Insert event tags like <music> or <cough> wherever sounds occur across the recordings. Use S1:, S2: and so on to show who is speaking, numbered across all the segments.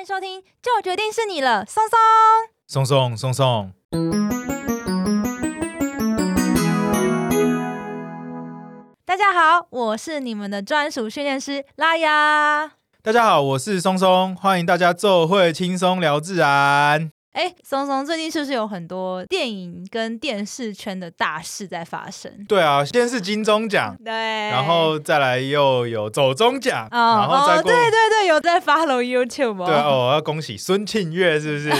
S1: 迎收听《就决定是你了》，松松。
S2: 松松松松，
S1: 大家好，我是你们的专属训练师拉雅。
S2: 大家好，我是松松，欢迎大家做会轻松聊自然。
S1: 哎，松松，最近是不是有很多电影跟电视圈的大事在发生？
S2: 对啊，先是金钟奖，
S1: 对，
S2: 然
S1: 然
S2: 后再来又有走钟奖，
S1: 哎哦
S2: 然后再
S1: 哦，
S2: 过。
S1: 对对对，有在 follow YouTube 哦。
S2: 对哦，我要恭喜孙庆月，是
S1: <laughs>
S2: 不是？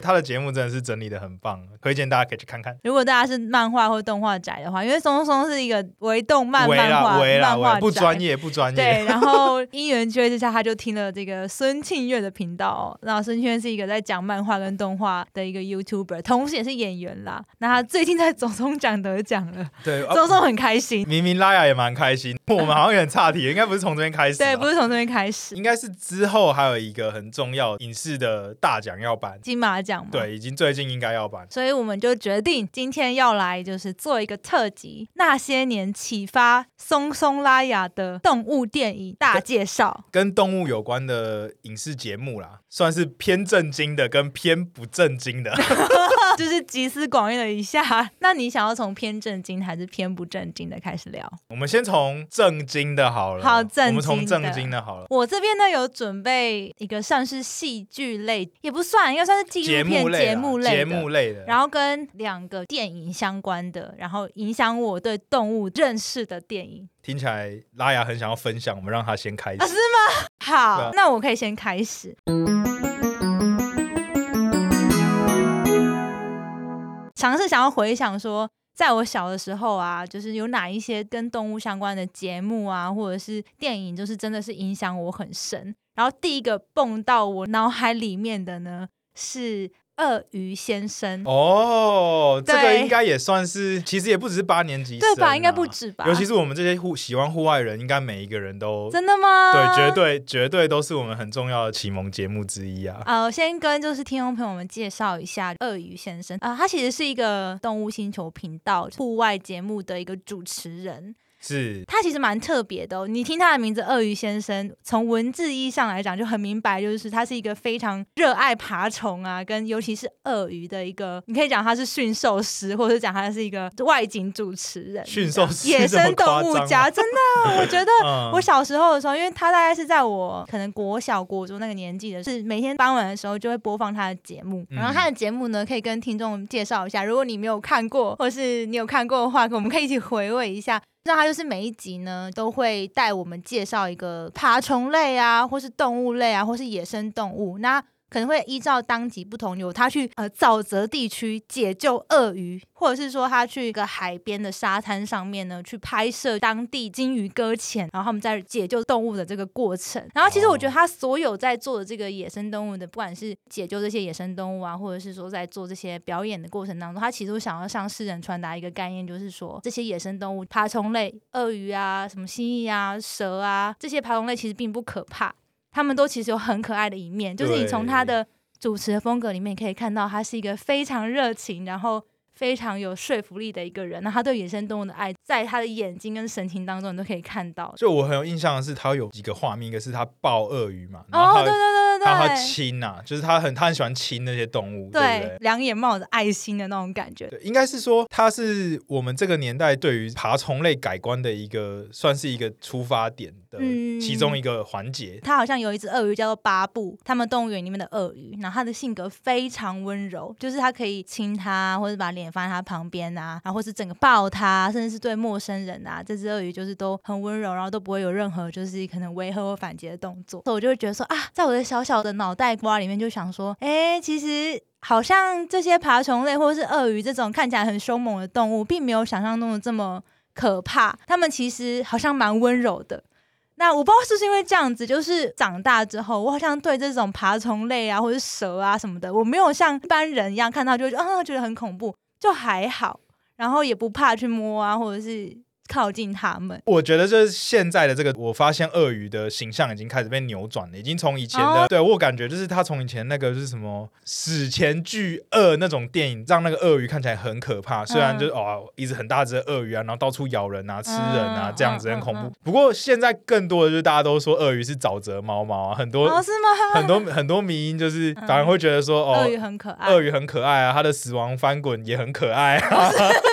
S2: 他的节目真的是整理的很棒，推荐大家可以去看看。
S1: 如果大家是漫画或动画宅的话，因为松松是一个为动漫
S2: 喂
S1: 漫
S2: 啦
S1: 画
S2: 喂啦
S1: 漫画
S2: 喂，不
S1: 宅
S2: 专业不专业。
S1: 对，然后因缘机会之下，他就听了这个孙庆月的频道哦、然后孙庆月是一个在讲漫画跟动画的一个 YouTuber，同时也是演员啦。那他最近在总统奖得奖了，
S2: 对，嗯啊
S1: 总统很开心。
S2: 明明拉雅也蛮开心， <laughs> 我们好像有点岔题，应该不是啊嗯从这边开始吧。
S1: 对，不是从这边开始，
S2: 应该是之后还有一个很重要影视的大奖要颁，
S1: 金马奖嘛。。
S2: 对，已经最近应该要颁。
S1: 所以我们就决定今天要来，就是做一个特辑，那些年启发松松拉雅的动物电影大介绍。 <laughs>
S2: 跟动物有关的影视节目啦，算是偏正经的跟偏不正经的。 <laughs>
S1: 就是集思广益了一下。那你想要从偏正经还是偏不正经的开始聊？
S2: 我们先从正经的好了，
S1: 好正经的
S2: 我们从正经的好了。
S1: 我这边呢有准备一个算是戏剧类，也不算，应该算是纪
S2: 节
S1: 录片
S2: 目类啦，啊
S1: 节目类的。
S2: 节目类的，
S1: 然后跟两个电影相关的，然后影响我对动物认识的电影
S2: 听起来拉雅很想要分享，我们让他先开始
S1: 啊，。是吗？好，
S2: 对啊
S1: 那我可以先开始。尝试想要回想说，在我小的时候啊，就是有哪一些跟动物相关的节目啊，或者是电影，就是真的是影响我很深。然后第一个蹦到我脑海里面的呢是《鳄鱼先生》
S2: 哦，这个
S1: 对
S2: 应该也算是，其实也不只是八年级、
S1: 对吧？应该不。止吧？
S2: 啊尤其是我们这些户喜欢户外人，应该每一个人都
S1: 真的啊吗？
S2: 对，绝。对绝对都是我们很重要的启蒙节目之一啊。
S1: 呃，我先跟就是听众朋友们介绍一下鳄鱼先生啊、呃，他其实是一个动物星球频道户外节目的一个主持人，
S2: 是
S1: 他其实蛮特别的、哦。你听他的名字“鳄鱼先生”，从文字意义上来讲就很明白，就是他是一个非常热爱爬虫啊，跟尤其是鳄鱼的一个，你可以讲他是驯兽师，或者是讲他是一个外景主持人，
S2: 驯兽师
S1: 野
S2: 这么
S1: 生动物
S2: 夸张
S1: 家，
S2: 吗，
S1: 真的，哦我觉得
S2: 嗯
S1: 我小时候的时候，因为他大概是在我可能国小、国中那个年纪的，是每天傍晚的时候就会播放他的节目。
S2: 嗯
S1: 然后他的节目呢，可以跟听众介绍一下，如果你没有看过，或是你有看过的话，我们可以一起回味一下。那他就是每一集呢，都会带我们介绍一个爬虫类啊，或是动物类啊，或是野生动物。那可能会依照当集不同，有他去呃沼泽地区解救鳄鱼，或者是说他去一个海边的沙滩上面呢，去拍摄当地鲸鱼搁浅，然后他们在解救动物的这个过程。然后其实我觉得他所有在做的这个野生动物的，不管是解救这些野生动物啊，或者是说在做这些表演的过程当中，他其实都想要向世人传达一个概念，就是说这些野生动物，爬虫类、鳄鱼啊、什么蜥蜴啊、蛇啊，这些爬虫类其实并不可怕。他们都其实有很可爱的一面，就是你从他的主持的风格里面可以看到，他是一个非常热情，然后非常有说服力的一个人。那他对野生动物的爱，在他的眼睛跟神情当中，你都可以看到。
S2: 就我很有印象的是，他有几个画面，一个是他抱鳄鱼嘛，然
S1: 哦，
S2: 后
S1: 对
S2: 他
S1: 对对
S2: 他
S1: 对
S2: 他
S1: 对，
S2: 亲呐、就是他很他很喜欢亲那些动物，对不
S1: 对
S2: 对？
S1: 两眼冒着爱心的那种感觉。
S2: 对，应该是说他是我们这个年代对于爬虫类改观的一个，算是一个出发点的
S1: 嗯
S2: 其中一个环节。
S1: 他好像有一只鳄鱼叫做巴布，他们动物园里面的鳄鱼，然后它的性格非常温柔，就是它可以亲它，或者把脸放在它旁边啊，然后或是整个抱它，甚至是对陌生人啊，这只鳄鱼就是都很温柔，然后都不会有任何就是可能违和或反击的动作，所以我就会觉得说啊，在我的小小的脑袋瓜里面就想说，哎，其实。好像这些爬虫类或是鳄鱼这种看起来很凶猛的动物，并没有想象中的这么可怕。它们其实好像蛮温柔的，那我不知道是不是因为这样子，就是长大之后，我好像对这种爬虫类啊，或者是蛇啊什么的，我没有像一般人一样看到就会觉得啊觉得很恐怖，就还好，然后也不怕去摸啊，或者是靠近它们。
S2: 我觉得就是现在的这个，我发现鳄鱼的形象已经开始被扭转了，已经从以前的，
S1: 哦
S2: 对我感觉就是它从以前那个就是什么史前巨鳄那种电影，让那个鳄鱼看起来很可怕，虽然就是、哦一只很大只的鳄鱼啊，然后到处咬人啊、吃人
S1: 嗯
S2: 啊、
S1: 嗯
S2: 这样子很恐怖。
S1: 嗯嗯
S2: 不过现在更多的就是大家都说鳄鱼是沼泽猫猫啊，很多、
S1: 哦，是吗？
S2: 很多很多迷因就是
S1: 嗯
S2: 反而会觉得说 <laughs> 哦
S1: 鳄。鱼很可爱，
S2: 鳄鱼很可爱啊，它的死亡翻滚也很可爱啊。 <laughs>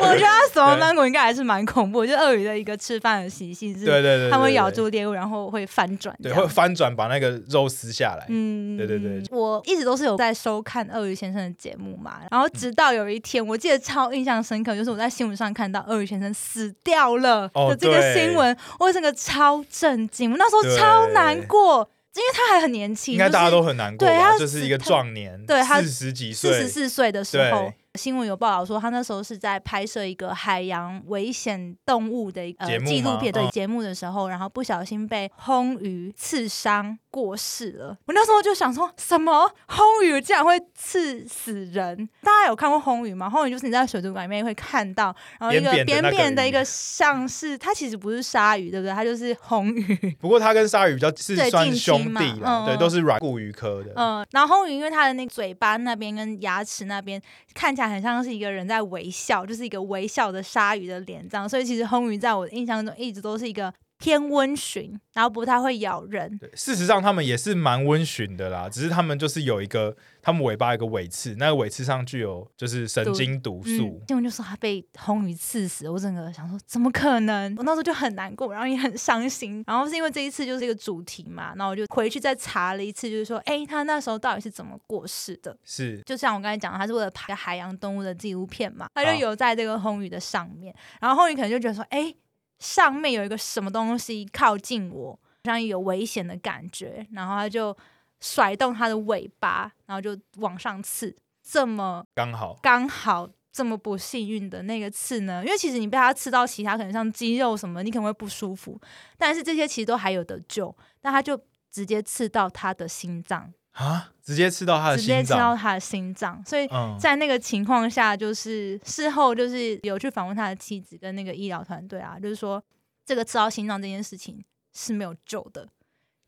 S1: 我觉得它死亡翻滚应该还是蛮恐怖，就鳄鱼的一个吃饭的习性
S2: 对对
S1: 是，
S2: 对对，
S1: 它会
S2: 对
S1: 咬
S2: 对
S1: 住猎物，然后会翻转这
S2: 对，
S1: 样，
S2: 会翻转把那个肉撕下来。
S1: 嗯
S2: 对对对，
S1: 我一直都是有在收看鳄鱼先生的节目嘛，然后直到有一天，我记得超印象深刻，就是我在新闻上看到鳄鱼先生死掉了
S2: 哦
S1: 的这个新闻，我整个超震惊，我那时候超难过，因为他还很年轻，
S2: 应该大家都很难过
S1: 对
S2: 吧？
S1: 他
S2: 就是
S1: 死
S2: 一个
S1: 他
S2: 壮年，
S1: 对他
S2: 四十几
S1: 四十
S2: 岁，
S1: 四岁的时候
S2: 对。
S1: 新闻有报道说，他那时候是在拍摄一个海洋危险动物的一个
S2: 节
S1: 呃
S2: 目吗
S1: 纪录片对
S2: 嗯
S1: 节目的时候，然后不小心被轰鱼刺伤过世了。我那时候就想说，什么轰鱼竟然会刺死人？大家有看过轰鱼吗？轰鱼就是你在水族馆里面会看到，然后一个
S2: 扁
S1: 扁
S2: 扁的那个
S1: 扁的
S2: 鱼
S1: 一个像是它其实不是鲨鱼，对不对？它就是轰鱼。
S2: 不过他跟鲨鱼比较是
S1: 对
S2: 算
S1: 近亲
S2: 兄
S1: 嘛
S2: 弟啦，
S1: 嗯
S2: 对，
S1: 嗯
S2: 都是软骨鱼科的。
S1: 嗯，然后红鱼因为它的那个嘴巴那边跟牙齿那边看起来很像是一个人在微笑，就是一个微笑的鲨鱼的脸这样，所以其实红鱼在我的印象中一直都是一个偏温驯，然后不太会咬人。
S2: 对，事实上他们也是蛮温驯的啦，只是他们就是有一个，他们尾巴有一个尾刺，那个尾刺上具有就是神
S1: 毒
S2: 经毒素
S1: 嗯，。新闻就说他被红鱼刺死，我整个想说怎么可能？我那时候就很难过，然后也很伤心。然后是因为这一次就是一个主题嘛，然后我就回去再查了一次，就是说，哎，他那时候到底是怎么过世的？
S2: 是
S1: 就像我刚才讲的，他是为了拍海洋动物的纪录片嘛，他
S2: 好
S1: 就游在这个红鱼的上面，然后红鱼可能就觉得说，哎，上面有一个什么东西靠近我，好像有危险的感觉，然后他就甩动它的尾巴，然后就往上刺，这么
S2: 刚好
S1: 刚好。这么不幸运的那个刺呢？因为其实你被它刺到其他可能像肌肉什么，你可能会不舒服，但是这些其实都还有得救。但它就直接刺到它的心脏，
S2: 啊，直接刺到他的
S1: 直接
S2: 心
S1: 刺到
S2: 脏。
S1: 它的心脏，所以
S2: 嗯，
S1: 在那个情况下，就是事后就是有去访问他的妻子跟那个医疗团队啊，就是说这个吃到心脏这件事情是没有救的，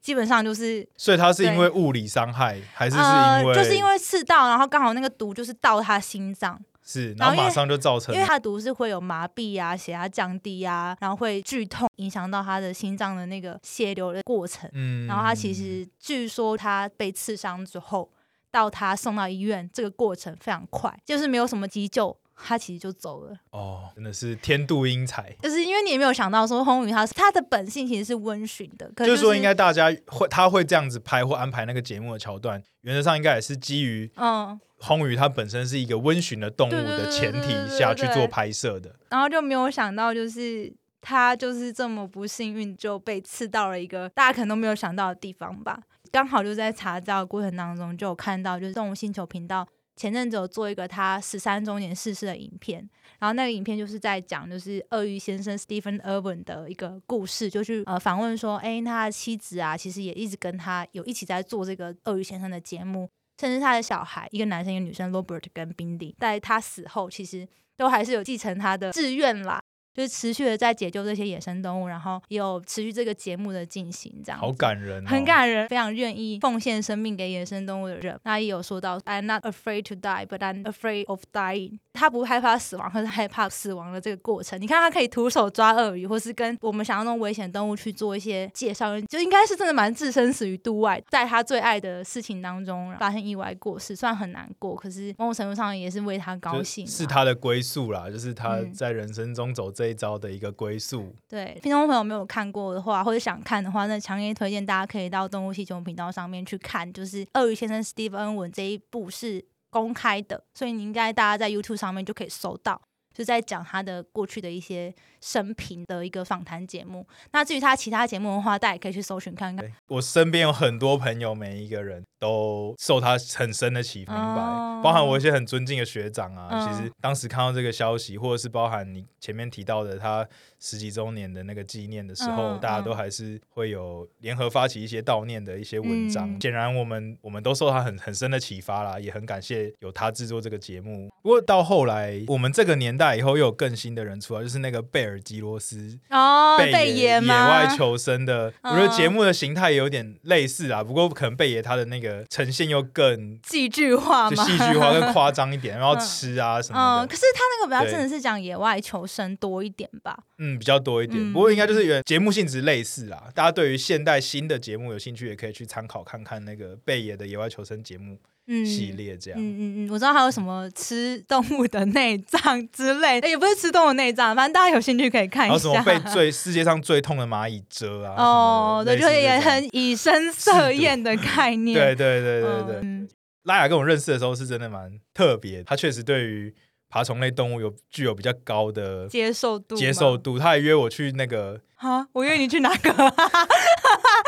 S1: 基本上就是
S2: 所以他是因
S1: 对
S2: 为物理伤害，还是是
S1: 呃
S2: 因为
S1: 就是因为刺到，然后刚好那个毒就是到他心脏，
S2: 是，然
S1: 然后
S2: 后
S1: 因为
S2: 马上就造成
S1: 因为他的毒是会有麻痹啊、血压降低啊，然后会剧痛，影响到他的心脏的那个血流的过程。
S2: 嗯
S1: 然后他其实据说他被刺伤之后，到他送到医院这个过程非常快，就是没有什么急救，他其实就走了。
S2: 哦，真的是天妒英才。
S1: 就是因为你也没有想到说红鱼它它的本性其实是温驯的，可
S2: 就是是说，应该大家会他会这样子拍或安排那个节目的桥段，原则上应该也是基于
S1: 嗯，
S2: 红鱼它本身是一个温驯的动物
S1: 对对对
S2: 的前
S1: 对对
S2: 提
S1: 对
S2: 下去
S1: 对
S2: 做拍摄的。
S1: 然后就没有想到就是它就是这么不幸运就被刺到了一个大家可能都没有想到的地方吧。刚好就在查资料的过程当中，就有看到就是动物星球频道前阵子有做一个他十三周年逝世的影片，然后那个影片就是在讲就是鳄鱼先生 Stephen Irwin 的一个故事，就去呃访问说，哎，那他的妻子啊，其实也一直跟他有一起在做这个鳄鱼先生的节目，甚至他的小孩，一个男生一个女生 Robert 跟 Bindy，在他死后其实都还是有继承他的志愿啦。就是持续的在解救这些野生动物，然后也有持续这个节目的进行，这样
S2: 好
S1: 子
S2: 感人、哦，
S1: 很。感人，非常愿意奉献生命给野生动物的人。那也有说到，I'm not afraid to die, but I'm afraid of dying。他不害怕死亡，可是害怕死亡的这个过程。你看，他可以徒手抓鳄鱼，或是跟我们想象中危险动物去做一些介绍，就应该是真的蛮置身死于度外，在他最爱的事情当中发生意外过世，虽然很难过，可是某种程度上也是为他高
S2: 就
S1: 兴、啊
S2: 是。他的归宿啦，就是他
S1: 嗯
S2: 在人生中走这一招的一个归宿。
S1: 对，听众朋友没有看过的话，或者想看的话，那强烈推荐大家可以到动物系球频道上面去看，就是《鳄鱼先生 Steve n 文》这一部是公开的，所以你应该大家在 YouTube 上面就可以搜到，就在讲他的过去的一些生平的一个访谈节目。那至于他其他节目的话，大家也可以去搜寻看看。
S2: 对我身边有很多朋友，每一个人都受他很深的启发，明白、
S1: 哦
S2: 包含我一些很尊敬的学长啊。
S1: 嗯
S2: 其实当时看到这个消息，或者是包含你前面提到的他十几周年的那个纪念的时候，
S1: 嗯嗯
S2: 大家都还是会有联合发起一些悼念的一些文章。
S1: 嗯
S2: 显然，我们我们都受他很很深的启发啦，也很感谢有他制作这个节目。不过到后来，我们这个年代以后又有更新的人出来，就是那个贝尔尔基罗斯
S1: 哦，
S2: 贝
S1: 爷
S2: 野
S1: 吗？
S2: 外求生的，我
S1: 嗯
S2: 觉得节目的形态有点类似啊，不过可能贝爷他的那个呈现又更
S1: <laughs> 戏剧化
S2: 就
S1: 吗？
S2: 戏剧化、更夸张一
S1: <laughs>
S2: 点，然后
S1: 嗯
S2: 吃啊什么
S1: 嗯，
S2: 的，
S1: 可是他那个比较
S2: 对
S1: 真的是讲野外求生多一点吧？
S2: 嗯，比较多一点。
S1: 嗯
S2: 不过应该就是有点节目性质类似啦，大家对于现代新的节目有兴趣，也可以去参考看看那个贝爷的野外求生节目
S1: 嗯，
S2: 系列这样。
S1: 嗯嗯嗯，我知道还有什么吃动物的内脏之类， <laughs> 也不是吃动物内脏，反正大家有兴趣可以看
S2: 然后
S1: 一
S2: 什
S1: <laughs>
S2: 么
S1: 下。
S2: 被最世界上最痛的蚂蚁蛰啊？
S1: <laughs> 哦，
S2: 什
S1: 对，
S2: 么的
S1: 就
S2: 类似
S1: 是也
S2: 这种
S1: 很以身
S2: 试 <laughs>
S1: 测
S2: 毒
S1: 验的概念。
S2: 对对对对对。
S1: 嗯
S2: 拉雅跟我认识的时候是真的蛮特别的，他确实对于爬虫类动物有具有比较高的
S1: 接受度吗，
S2: 接受度，他还约我去
S1: <laughs>
S2: 那个，
S1: 啊！我约你去哪
S2: <laughs>
S1: 个？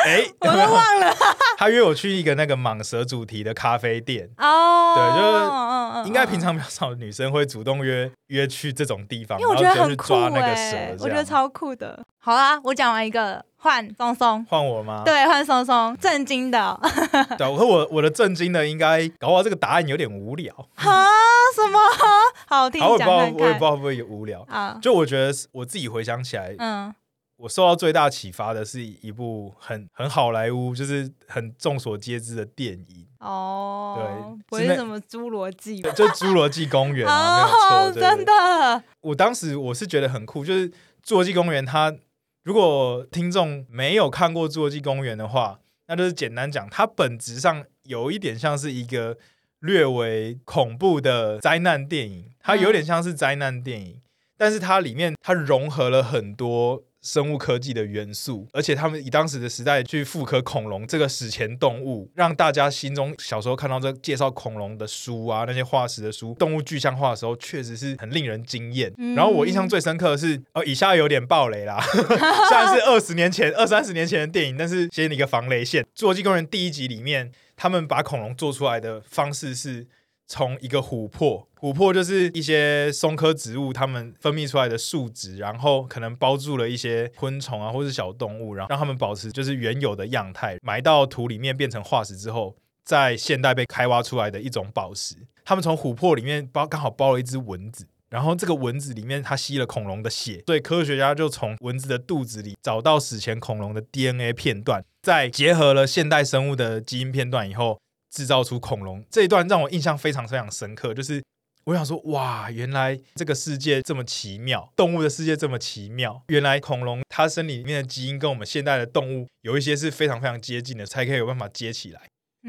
S2: 哎、
S1: 我都忘了
S2: <laughs> 他约我去一个那个蟒蛇主题的咖啡店。
S1: 哦。
S2: 对就是
S1: 嗯
S2: 应该平，常比较少女生会主动约约去这种地方，
S1: 嗯嗯因为我觉
S2: 然
S1: 得
S2: 后就
S1: 很
S2: 去
S1: 酷
S2: 抓那个蛇
S1: 哎，
S2: 这
S1: 我觉得
S2: 样。
S1: 超酷的。好啦，我讲完一个，换松松，
S2: 换我吗？
S1: 对，换松松，震惊的， <laughs>
S2: 对，啊我和我我的震惊的应该搞不好这个答案有点无聊，
S1: 哈什么？ <laughs> 好听
S2: 好，啊我也不
S1: 讲
S2: 知道，
S1: 看
S2: 我也不知
S1: 看
S2: 道会不会有无聊。
S1: 啊，
S2: 就我觉得是我自己回想起来，
S1: 嗯
S2: 我受到最大启发的是一部很很好莱坞，就是很众所皆知的电影，
S1: 哦，
S2: 对
S1: 不
S2: 是
S1: 会
S2: 那
S1: 是什么侏罗纪吧？
S2: 就《侏罗纪公园》
S1: <laughs>
S2: 啊，没
S1: 哦，
S2: 有错，对对
S1: 真。的，
S2: 我当时我是觉得很酷，就是《侏罗纪公园》它，如果听众没有看过《侏罗纪公园》的话，那就是简单讲，它本质上有一点像是一个略为恐怖的灾难电影，它
S1: 嗯
S2: 有点像是灾难电影，但是它里面它融合了很多。生物科技的元素，而且他们以当时的时代去复刻恐龙这个史前动物，让大家心中小时候看到这介绍恐龙的书啊，那些化石的书、动物具象化的时候，确实是很令人惊艳。
S1: 嗯
S2: 然后我印象最深刻的是，呃，以下有点暴雷啦， <laughs> 虽然是二十年前、二三十年前的电影，但是先一个防雷线。《侏罗纪公园》第一集里面，他们把恐龙做出来的方式是从一个琥珀，琥珀就是一些松科植物它们分泌出来的树脂，然后可能包住了一些昆虫啊或是小动物，然后让它们保持就是原有的样态，埋到土里面变成化石之后，在现代被开挖出来的一种宝石。他们从琥珀里面包刚好包了一只蚊子。然后这个蚊子里面它吸了恐龙的血，所以科学家就从蚊子的肚子里找到史前恐龙的 DNA 片段，再结合了现代生物的基因片段以后，制造出恐龙这一段让我印象非常非常深刻，就是我想说，哇，原来这个世界这么奇妙，动物的世界这么奇妙，原来恐龙它身体里面的基因跟我们现代的动物有一些是非常非常接近的，才可以有办法接起来。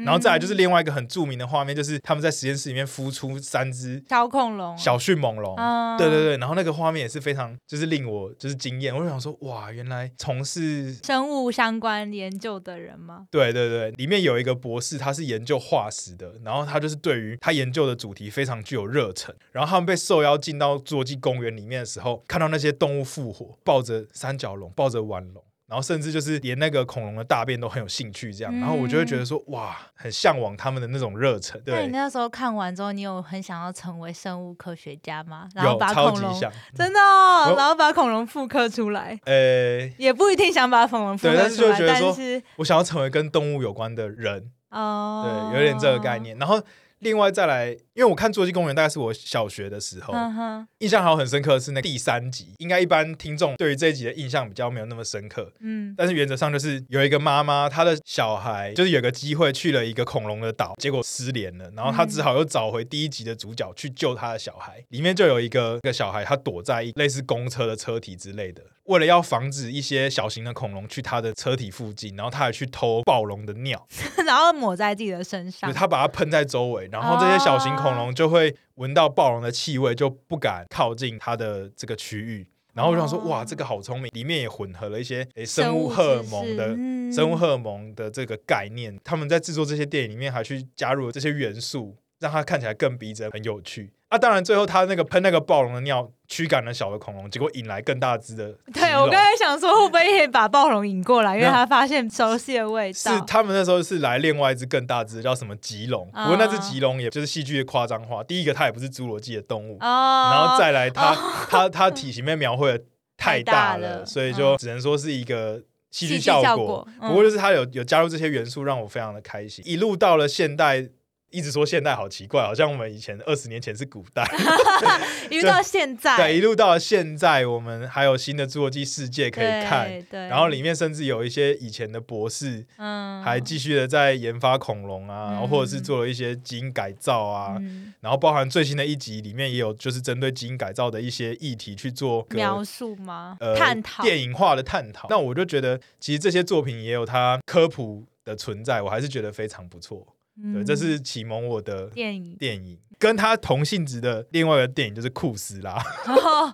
S2: 然后再来就是
S1: 嗯
S2: 另外一个很著名的画面，就是他们在实验室里面孵出三只
S1: 小恐龙，
S2: 小迅猛龙，
S1: 啊，
S2: 对对对，然后那个画面也是非常就是令我就是惊艳，我就想说，哇，原来从事
S1: 生物相关研究的人吗？
S2: 对对对，里面有一个博士，他是研究化石的，然后他就是对于他研究的主题非常具有热忱。然后他们被受邀进到侏罗纪公园里面的时候，看到那些动物复活，抱着三角龙，抱着腕龙。然后甚至就是连那个恐龙的大便都很有兴趣，这样，
S1: 嗯
S2: 然后我就会觉得说，哇，很向往他们的那种热忱，
S1: 那
S2: 对
S1: 你，那时候看完之后，你有很想要成为生物科学家吗？然后
S2: 有
S1: 把
S2: 超
S1: 恐
S2: 级
S1: 龙
S2: 想，嗯
S1: 真的哦、
S2: 我
S1: 然后把恐龙复刻出来，
S2: 呃，
S1: 也不一定想把恐龙复
S2: 对但
S1: 刻
S2: 是
S1: 出来
S2: 就觉，得说
S1: 但是
S2: 我想要成为跟动物有关的人，
S1: 哦，
S2: 对，有点这个概。念。然后另外再来，因为我看侏罗纪公园大概是我小学的时候，
S1: 嗯哼，
S2: 印象还有很深刻的是那第三集，应该一般听众对于这一集的印象比较没有那么深刻。
S1: 嗯，
S2: 但是原则上就是有一个妈妈，她的小孩就是有个机会去了一个恐龙的岛，结果失联了，然后她只好又找回第一集的主角去救她的小孩。里面就有一个一个小孩，他躲在一类似公车的车体之类的，为了要防止一些小型的恐龙去他的车体附近，然后他还去偷暴龙的尿，
S1: <laughs> 然后抹在自己的身
S2: 就
S1: 上哦
S2: 是，他把它喷在周围，然后这些小型恐龙就会闻到暴龙的气味，就不敢靠近它的这个区域。然后我就想说，
S1: 哦
S2: 哇，这个好聪明，里面也混合了一些诶生物荷尔蒙的
S1: 生物知识嗯
S2: 生物荷尔蒙的这个概念。他们在制作这些电影里面还去加入了这些元素，让它看起来更逼真、很有趣。啊，当然最后他那个喷那个暴龙的尿驱赶了小的恐龙，结果引来更大只的棘
S1: 对我
S2: 龙
S1: 刚才想说，会不会也把暴龙引过来，因为
S2: 哦没有
S1: 他发现熟悉的味
S2: 是
S1: 道。
S2: 他们那时候是来另外一只更大只的，叫什么棘龙。
S1: 哦
S2: 不过那只棘龙也就是戏剧的夸张化。第一个，它也不是侏罗纪的动物，
S1: 哦，
S2: 然后再来它， <laughs> 它它体型被描绘的太大
S1: <laughs> 太大了
S2: 所以就只能说是一个。戏剧
S1: 戏剧效
S2: 果
S1: 果，嗯
S2: 不过就是它有有加入这些元素，让我非常的开心。一路到了现代，一直说现代好奇怪，好像我们以前二十年前是古
S1: <laughs>
S2: 代，
S1: 一直到现在，
S2: 对，一路到现在，我们还有新的《侏罗纪世界》可以看，
S1: 对，对
S2: 然后里面甚至有一些以前的博士
S1: 嗯
S2: 还继续的在研发恐龙啊，然后或者是
S1: 嗯
S2: 做了一些基因改造啊，
S1: 嗯
S2: 然后包含最新的一集里面也有就是针对基因改造的一些议题去做个
S1: 描述吗？
S2: 呃
S1: 探讨
S2: 电影化的探讨。那我就觉得，其实这些作品也有它科普的存在，我还是觉得非常不错。对，
S1: 嗯
S2: 这是启蒙我的
S1: 电影，
S2: 电影。跟它同性质的另外一个电影就是库斯拉，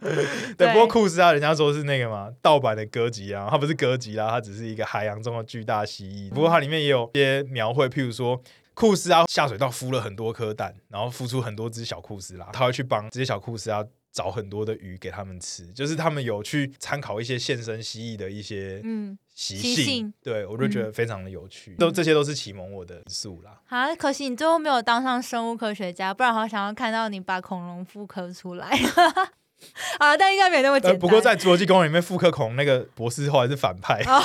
S2: 对，
S1: 对
S2: 不过库斯拉人家说是那个嘛，盗版的哥吉拉，它不是哥吉拉，它只是一个海洋中的巨大蜥
S1: 嗯
S2: 蜴。不过它里面也有一些描绘，譬如说。库斯拉下水道孵了很多颗蛋，然后孵出很多只小库斯拉，它会去帮这些小库斯拉找很多的鱼给它们吃，就是他们有去参考一些现生蜥蜴的一些
S1: <laughs> 嗯
S2: 习
S1: 习
S2: 性，
S1: 性嗯
S2: 对我就觉得非常的有趣，都这些都是启蒙我的因素啦。
S1: 啊，可惜你最后没有当上生物科学家，不然好想要看到你把恐龙复刻出来。 <laughs> 啊，但应该没那么简
S2: 呃，
S1: 单。
S2: 不过在《侏罗纪公园》里面，复刻恐龙那个博士后来是反派，
S1: 哦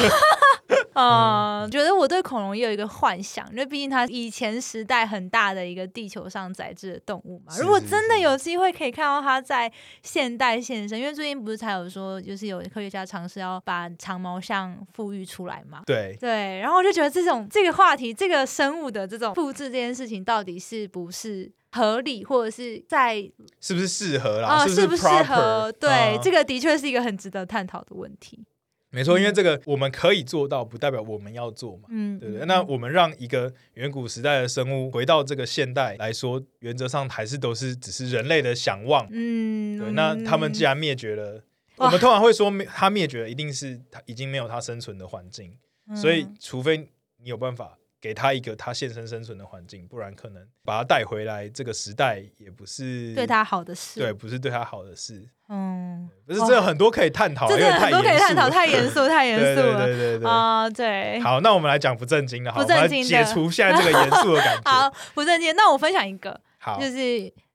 S1: 嗯，觉得我对恐龙也有一个幻想，因为毕竟它以前时代很大的一个地球上载制的动物嘛。
S2: 是
S1: 如果
S2: 是
S1: 真的
S2: 是
S1: 有机会可以看到它在现代现身，因为最近不是才有说，就是有科学家尝试要把长毛象复育出来嘛。
S2: 对，
S1: 对，然后我就觉得这种这个话题，这个生物的这种复制这件事情，到底是不是合理，或者是在
S2: 是不是适合啦？
S1: 啊、
S2: 不
S1: 适
S2: 是
S1: 不适
S2: proper？
S1: 合？对，
S2: 嗯
S1: 这个的确是一个很值得探讨的问题。
S2: 没错，因为
S1: 嗯
S2: 这个我们可以做到，不代表我们要做嘛，
S1: 嗯，
S2: 对不对？
S1: 嗯
S2: 那
S1: 嗯
S2: 我们让一个远古时代的生物回到这个现代来说，原则上还是都是只是人类的想望。
S1: 嗯，
S2: 对，那他们既然灭绝了，
S1: 哇
S2: 我们通常会说灭它灭绝了，一定是它已经没有它生存的环境，
S1: 嗯
S2: 所以除非你有办法。给它一个它现身生存的环境，不然可能把它带回来这个时代也不是
S1: 对他好的事，
S2: 嗯对，不是对它好的事。
S1: 嗯，
S2: 可是
S1: 哦
S2: 这有很多可以探讨，
S1: 这
S2: 因为
S1: 真的很多可以
S2: 严
S1: 探
S2: 肃
S1: 讨，
S2: 了
S1: 太严肃，太严肃
S2: <laughs> 对
S1: 了
S2: 对对对对
S1: 啊！对，
S2: 好，那我们来讲不正经的，好，
S1: 不正经的
S2: 我们来解除现在这个严肃的感
S1: <laughs>
S2: 觉。
S1: 好，不正经。那我分享一个，
S2: 好
S1: 就是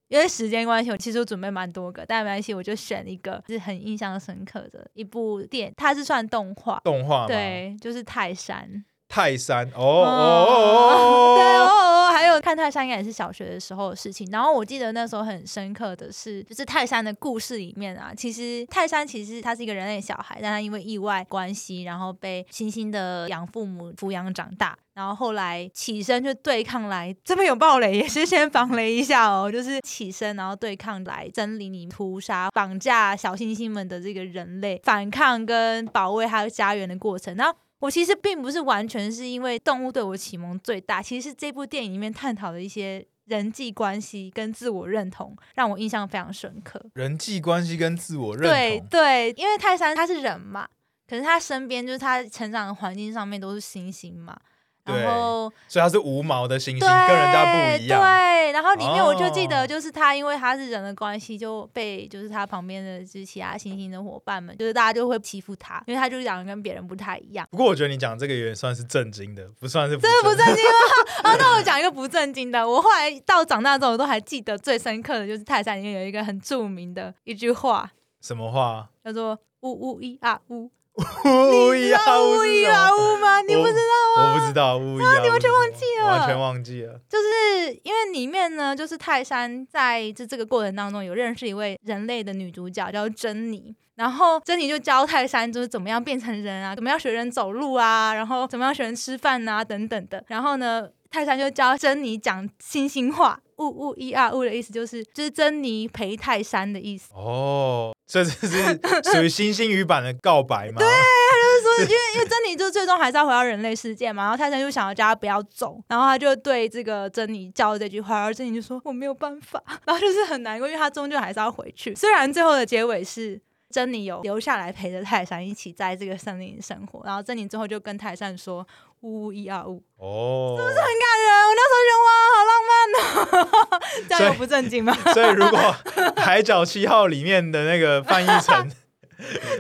S1: 因为时间关系，我其实我准备蛮多个，但没关系，我就选一个是很印象深刻的一部电，它是算动画，
S2: 动画吗，
S1: 对，就是泰山。
S2: 泰山，哦
S1: 哦对哦
S2: 哦哦，
S1: 哦，还有看泰山应该也是小学的时候的事情。然后我记得那时候很深刻的是，就是泰山的故事里面啊，其实泰山其实他是一个人类小孩，但他因为意外关系，然后被星星的养父母抚养长大。然后后来起身去对抗来，这边有暴雷，也是先防雷一下哦，就是起身然后对抗来森林里屠杀、绑架小星星们的这个人类反抗跟保卫他的家园的过程。然后我其实并不是完全是因为动物对我启蒙最大，其实是这部电影里面探讨的一些人际关系跟自我认同，让我印象非常深刻。
S2: 人际关系跟自我认
S1: 对
S2: 同，
S1: 对，因为泰山他是人嘛，可是他身边就是他成长的环境上面都是星星嘛，
S2: 对
S1: 然后
S2: 所以它是无毛的猩猩，
S1: 对
S2: 跟人家不一样。
S1: 对，然后里面我就记
S2: 哦
S1: 得，就是他因为他是人的关系，就被就是他旁边的就是其他星星的伙伴们，就是大家就会欺负他，因为他就是长得跟别人不太一样。
S2: 不过我觉得你讲这个有点算是震惊的，不算是
S1: 真的不
S2: 正
S1: 正经吗？啊，那我讲一个不正经的。我后来到长大之后，我都还记得最深刻的就是泰山里面有一个很著名的一句话，
S2: 什么话？
S1: 叫做“呜呜一啊呜”，
S2: 乌
S1: <laughs> 你
S2: 一
S1: 知
S2: 啊
S1: 道“
S2: 乌
S1: 呜一
S2: 一
S1: 啊
S2: 啊，
S1: 呜”吗？你不知道？
S2: 我不知道乌一啊，你完全忘记
S1: 了
S2: 完全忘记了。
S1: 就是因为里面呢，就是泰山在这这个过程当中有认识一位人类的女主角叫珍妮，然后珍妮就教泰山就是怎么样变成人啊，怎 <laughs> 么样学人走路啊，然后怎么样学人吃饭啊等等的。然后呢，泰山就教珍妮讲星星话，呜呜一二呜的意思就是就是珍妮陪泰山的意思。
S2: 哦，所以这是
S1: <laughs>
S2: 属于星星语版的告白吗？对，
S1: 就是因为因为珍妮就最终还是要回到人类世界嘛，然后泰山就想要叫她不要走，然后他就对这个珍妮叫了这句话，然后珍妮就说我没有办法， <laughs> 然后就是很难过，因为她终究还是要回去。虽然最后的结尾是珍妮有留下来陪着泰山一起在这个森林里生活，然后珍妮最后就跟泰山说呜呜一二五，
S2: 哦，
S1: 感人，我那时候就哇好浪漫哦， <laughs> 这
S2: 所以哦
S1: 样有不正
S2: <laughs>
S1: 经吗？
S2: 所以如果《海角七号》里面的那个范逸
S1: <laughs>
S2: 臣，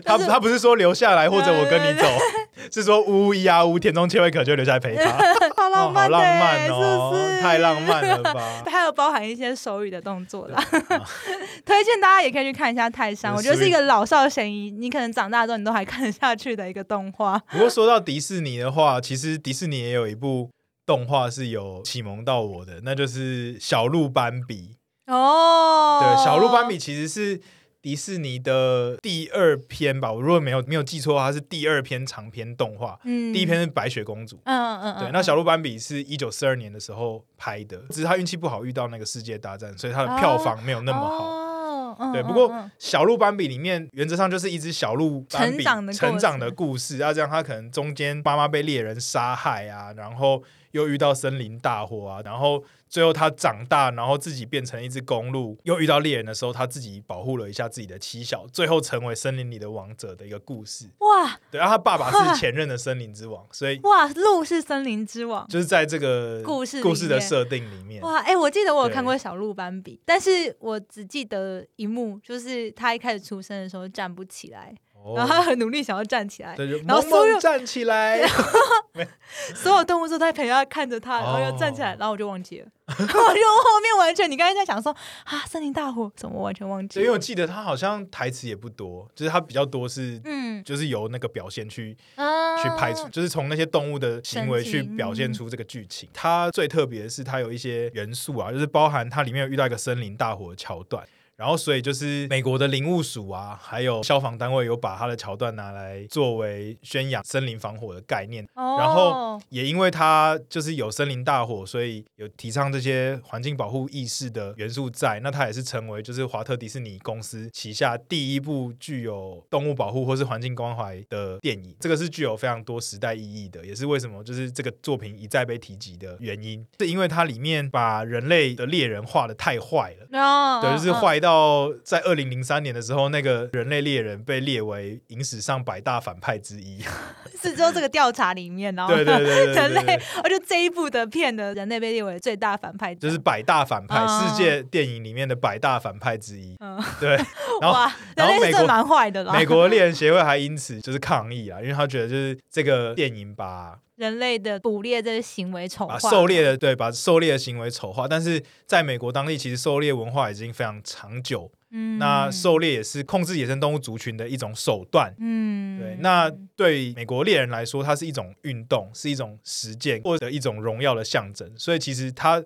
S2: 他
S1: 就是
S2: 他不是说留下来或者我跟你走，是说呜呜咿呀呜，田中千惠可就留下来陪他，
S1: <laughs> 好
S2: 哦，
S1: 浪
S2: 好
S1: <laughs> 漫、
S2: 浪
S1: 的
S2: 漫
S1: 耶
S2: 哦，
S1: 是不是？？
S2: 太浪漫了吧
S1: <laughs> 还有包含一些手语的动作啦，
S2: 啊
S1: <laughs> 推荐大家也可以去看一下《泰山》，
S2: 嗯
S1: 我觉得是一个老少咸宜，你可能长大之后你都还看得下去的一个动画。
S2: 不过说到迪士尼的话，其实迪士尼也有一部。动画是有启蒙到我的，那就是小鹿斑比。
S1: 哦，
S2: 对，小鹿斑比其实是迪士尼的第二篇吧，我如果没有没有记错的话，它是第二篇长篇动画，
S1: 嗯，嗯，
S2: 第一篇是白雪公主。
S1: 嗯，嗯嗯嗯，
S2: 对，那小鹿斑比是一九四二年的时候拍的，只是他运气不好遇到那个世界大战，所以他的票房没有那么好。
S1: 嗯哦、嗯
S2: 对，
S1: 嗯
S2: 不过
S1: 嗯
S2: 小鹿斑比里面原则上就是一只小鹿斑
S1: 成
S2: 比
S1: 长的过程
S2: 成长的故事，要这样它可能中间妈妈被猎人杀害啊，然后又遇到森林大火啊，然后最后它长大，然后自己变成一只公鹿，又遇到猎人的时候，它自己保护了一下自己的妻小，最后成为森林里的王者的一个故事。
S1: 哇
S2: 对，然啊后他爸爸是前任的森林之王，所以
S1: 哇，鹿是森林之王。
S2: 就是在这个
S1: 故事里面
S2: 故事的设定里面，
S1: 哇，哎、我记得我有看
S2: 对
S1: 过小鹿斑比，但是我只记得一幕，就是他一开始出生的时候站不起来，然后他
S2: 哦，
S1: 很努力想要站起来，
S2: 对，就
S1: <laughs> 然后
S2: 萌
S1: 所有
S2: 萌站起来。
S1: 所有动物都在陪他看着他，然后要站起来，
S2: 哦
S1: 然后我就忘记了， <laughs> 我就后面完全你刚才在想说啊，森林大火，怎么我完全忘记
S2: <laughs> 对，因
S1: 了？
S2: 为我记得他好像台词也不多，就是他比较多是、
S1: 嗯
S2: 就是由那个表现去
S1: 啊
S2: 去拍出，就是从那些动物的行为去表现出这个剧
S1: 嗯
S2: 情。它最特别的是它有一些元素啊，就是包含它里面有遇到一个森林大火的桥段。然后，所以就是美国的林务署啊，还有消防单位有把它的桥段拿来作为宣扬森林防火的概念，
S1: 哦
S2: 然后也因为它就是有森林大火，所以有提倡这些环境保护意识的元素在。那它也是成为就是华特迪士尼公司旗下第一部具有动物保护或是环境关怀的电影。这个是具有非常多时代意义的，也是为什么就是这个作品一再被提及的原因，是因为它里面把人类的猎人画的太坏了。
S1: 然后
S2: 对，就是坏到在二零零三年的时候，那个人类猎人被列为影史上百大反派之一。 <laughs>
S1: 是之后这个调查里面，然后
S2: 对对对
S1: 哦 <laughs>
S2: 对对对
S1: 人
S2: 对
S1: 类，我觉得这一部的片的人类被列为最大反派奖，
S2: 就是百大反派，
S1: 嗯
S2: 世界电影里面的百大反派之一。
S1: 嗯
S2: <laughs>
S1: <laughs>
S2: 对，然后
S1: 哇，人类
S2: 然后
S1: 是
S2: 美国
S1: 真的蛮坏的啦，
S2: 美国猎人协会还因此就是抗议啊，因为他觉得就是这个电影把
S1: 人类的捕猎这些行为丑
S2: 把
S1: 化，
S2: 啊狩猎的对把狩猎的行为丑化，但是在美国当地，其实狩猎文化已经非常长久，
S1: 嗯
S2: 那狩猎也是控制野生动物族群的一种手段。
S1: 嗯
S2: 对，那对美国猎人来说，它是一种运动，是一种实践或者一种荣耀的象征，所以其实它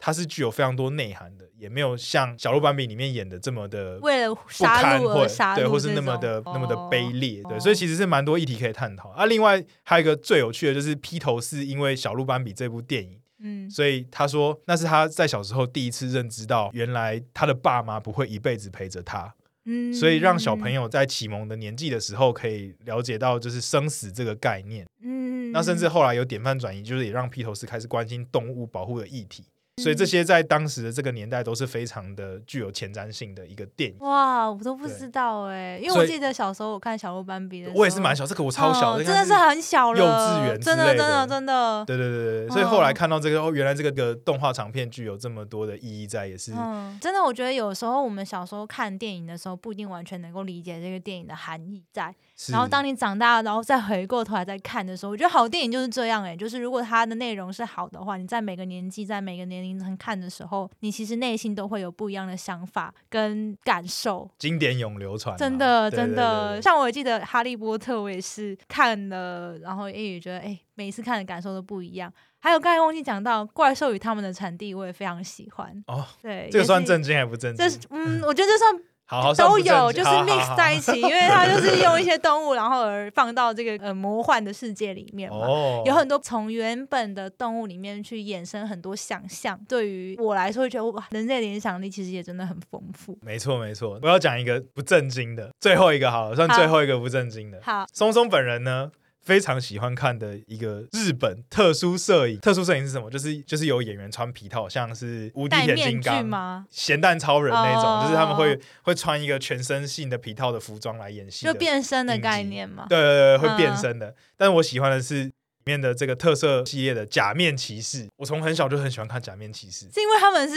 S2: 它是具有非常多内涵的，也没有像《小鹿斑比》里面演的这么的
S1: 为了
S2: 不
S1: 杀
S2: 堪
S1: 戮
S2: 或
S1: 而杀戮这
S2: 对，
S1: 种，
S2: 或是那么的、那么的卑
S1: 哦
S2: 劣，对，
S1: 哦
S2: 所以其实是蛮多议题可以探讨。啊，另外还有一个最有趣的就是披头士，因为《小鹿斑比》这部电影，
S1: 嗯
S2: 所以他说那是他在小时候第一次认知到，原来他的爸妈不会一辈子陪着他，
S1: 嗯
S2: 所以让小朋，友在启蒙的年纪的时候可以了解到就是生死这个概念。
S1: 嗯
S2: 那甚至后来有典范转移，就是也让披头士开始关心动物保护的议题。所以
S1: 嗯
S2: 这些在当时的这个年代都是非常的具有前瞻性的一个电
S1: 哦
S2: 影。
S1: 哇，我都不
S2: 对
S1: 知道哎，因为
S2: 所
S1: 我
S2: 以
S1: 记得小时候我看小鹿斑比的时候，
S2: 我也是蛮小，这个我超小
S1: 嗯
S2: 的，应该
S1: 真的是很小了，
S2: 幼稚园之
S1: 真的
S2: 类
S1: 真的
S2: 的
S1: 真的，
S2: 对对对对，所以后来看到这个，哦，原来这个个动画长片具有这么多的意义在，也是
S1: 嗯，真的，我觉得有时候我们小时候看电影的时候，不一定完全能够理解这个电影的含义在。
S2: 是
S1: 然后当你长大，然后再回过头来再看的时候，我觉得好电影就是这样、欸，就是如果它的内容是好的话，你在每个年纪、在每个年龄层看的时候，你其实内心都会有不一样的想法跟感受。
S2: 经典永流传啊，
S1: 真的，
S2: 对对
S1: 真
S2: 对
S1: 的，
S2: 对
S1: 像我记得《哈利波特》，我也是看了，然后也觉得，哎、每一次看的感受都不一样。还有刚才忘记讲到《怪兽与他们的产地》，我也非常喜欢。
S2: 哦，
S1: 对，
S2: 这个
S1: 也
S2: 算
S1: 是
S2: 正经还不正经 <laughs>
S1: 这？是嗯，我觉得这算
S2: 好好算
S1: 都
S2: 不正
S1: 有，
S2: 经
S1: 就是
S2: 好好 <laughs>
S1: mix
S2: 好
S1: 在一起，因为它就是用一些动物，然后而放到这个呃魔幻的世界里面嘛。
S2: 哦，
S1: 有很多从原本的动物里面去衍生很多想象，对于我来说，会觉得哇，人类联想力其实也真的很丰富。
S2: 没错没错，我要讲一个不正经的，最后一个好了，算
S1: 好
S2: 最后一个不正经的。
S1: 好，
S2: 松松本人呢，非常喜欢看的一个日本特殊摄影。特殊摄影是什么？就是就是有演员穿皮套，像是无敌
S1: 戴
S2: 铁
S1: 面
S2: 金
S1: 具
S2: 刚、
S1: 吗？
S2: 咸蛋超人那种，
S1: 哦
S2: 就是他们会会穿一个全身性的皮套的服装来演戏的，
S1: 就变身的
S2: 影
S1: 概
S2: 集
S1: 念嘛。
S2: 对对对，会
S1: 嗯
S2: 变身的。但我喜欢的是里面的这个特色系列的假面骑士，我从很小就很喜欢看假面骑士。
S1: 是因为他们是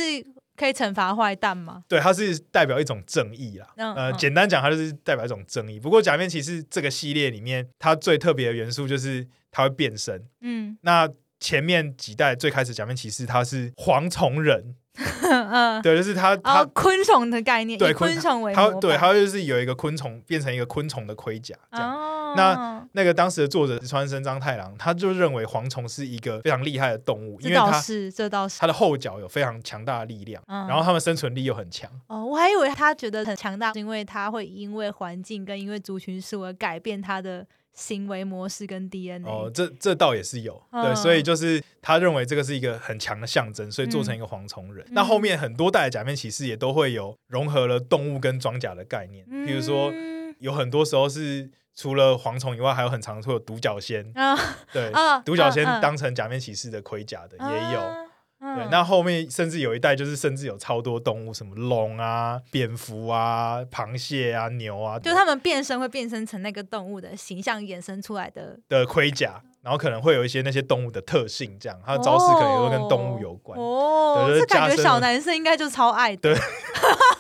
S1: 可以惩罚坏蛋吗？
S2: 对，它是代表一种正义啦。
S1: 嗯
S2: 呃，
S1: 嗯
S2: 简单讲，它就是代表一种正义。不过假面骑士这个系列里面，它最特别的元素就是它会变身。
S1: 嗯
S2: 那前面几代最开始假面骑士他是蝗
S1: <laughs>
S2: 虫人，
S1: 嗯，
S2: 对，就是他他、
S1: 哦，昆虫的概念，
S2: 对
S1: 以昆虫为
S2: 他
S1: 模
S2: 对
S1: 板
S2: 他就是有一个昆虫变成一个昆虫的盔甲这样。
S1: 哦，
S2: 那那个当时的作者石川伸张太郎，他就认为蝗虫是一个非常厉害的动物，
S1: 这
S2: 因为
S1: 倒
S2: 它
S1: 是，这倒是
S2: 它。的后脚有非常强大的力量，
S1: 嗯
S2: 然后它们生存力又很强。
S1: 哦，我还以为他觉得很强大，是因为他会因为环境跟因为族群数而改变他的行为模式跟 DNA。
S2: 哦，这这倒也是有，
S1: 嗯嗯
S2: 对，所以就是他认为这个是一个很强的象征，所以做成一个蝗虫人。那后面很多代的假面骑士也都会有融合了动物跟装甲的概念，比如说
S1: 嗯
S2: 有很多时候是除了蝗虫以外，还有很常会有独角仙，
S1: 啊
S2: 对，
S1: 啊
S2: 独角仙
S1: 嗯嗯
S2: 当成假面骑士的盔甲的也有。
S1: 啊
S2: 对，
S1: 嗯
S2: 那后面甚至有一代就是甚至有超多动物，什么龙啊、蝙蝠啊、螃蟹啊、牛啊，
S1: 就他们变身会变身成那个动物的形象衍生出来的
S2: 的盔甲，然后可能会有一些那些动物的特性，这样它的招式可能也会跟动物有关。
S1: 哦，
S2: 对就
S1: 这
S2: 是加
S1: 感觉
S2: 深
S1: 小
S2: 了
S1: 男生应该就超爱的，
S2: <laughs>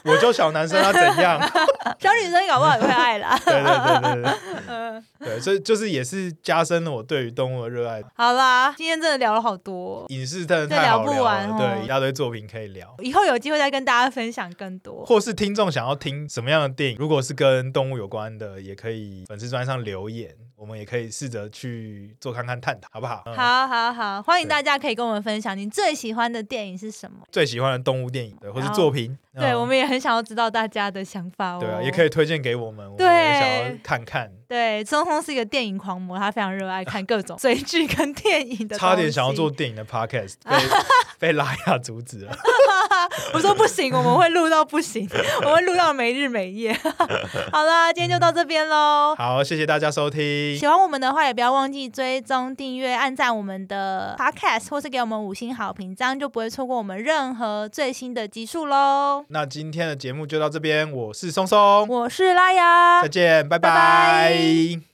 S2: 我就小男生，他怎样？。
S1: 小女生搞不好也会爱啦 <laughs>
S2: 对对对对对
S1: 嗯
S2: 对，所以就是也是加深了我对于动物的热爱。
S1: 好啦，今天真的聊了好多，哦
S2: 影视真的太好
S1: 这聊不完
S2: 了，
S1: 哦
S2: 对，一大堆作品可以聊。
S1: 以后有机会再跟大家分享更多。
S2: 或是听众想要听什么样的电影，如果是跟动物有关的，也可以粉丝专上留言，我们也可以试着去做看看探讨，好不好？嗯，
S1: 好好好，欢迎大家可以跟我们分享你最喜欢的电影是什么。
S2: 最喜欢的动物电影对，或是
S1: 然后
S2: 作品，
S1: 对，
S2: 嗯
S1: 我们也很想要知道大家的想法哦。
S2: 对啊，也可
S1: 以。
S2: 以推荐给我们，我们
S1: 对
S2: 也想要看看。
S1: 对，钟聪是一个电影狂魔，他非常热爱看各种 <laughs> 追剧跟电影的。
S2: 差点想要做，电影的 <laughs> podcast，被被拉雅阻止了。
S1: 我说不
S2: <laughs>
S1: 行，我们会录到不行，我会录到没日没夜。 <laughs> 好啦，今天就到这边喽。
S2: 好，谢谢大家收听
S1: 喜，欢我们的话，也不要忘记追踪、订阅、按赞我们的 podcast，或是给我们五星好评，这样就不会错过我们任何最新的集数喽。
S2: 那今哦天的节目就到这边，我是松松，啊
S1: 我是拉雅
S2: 再，见，拜
S1: 拜拜
S2: 拜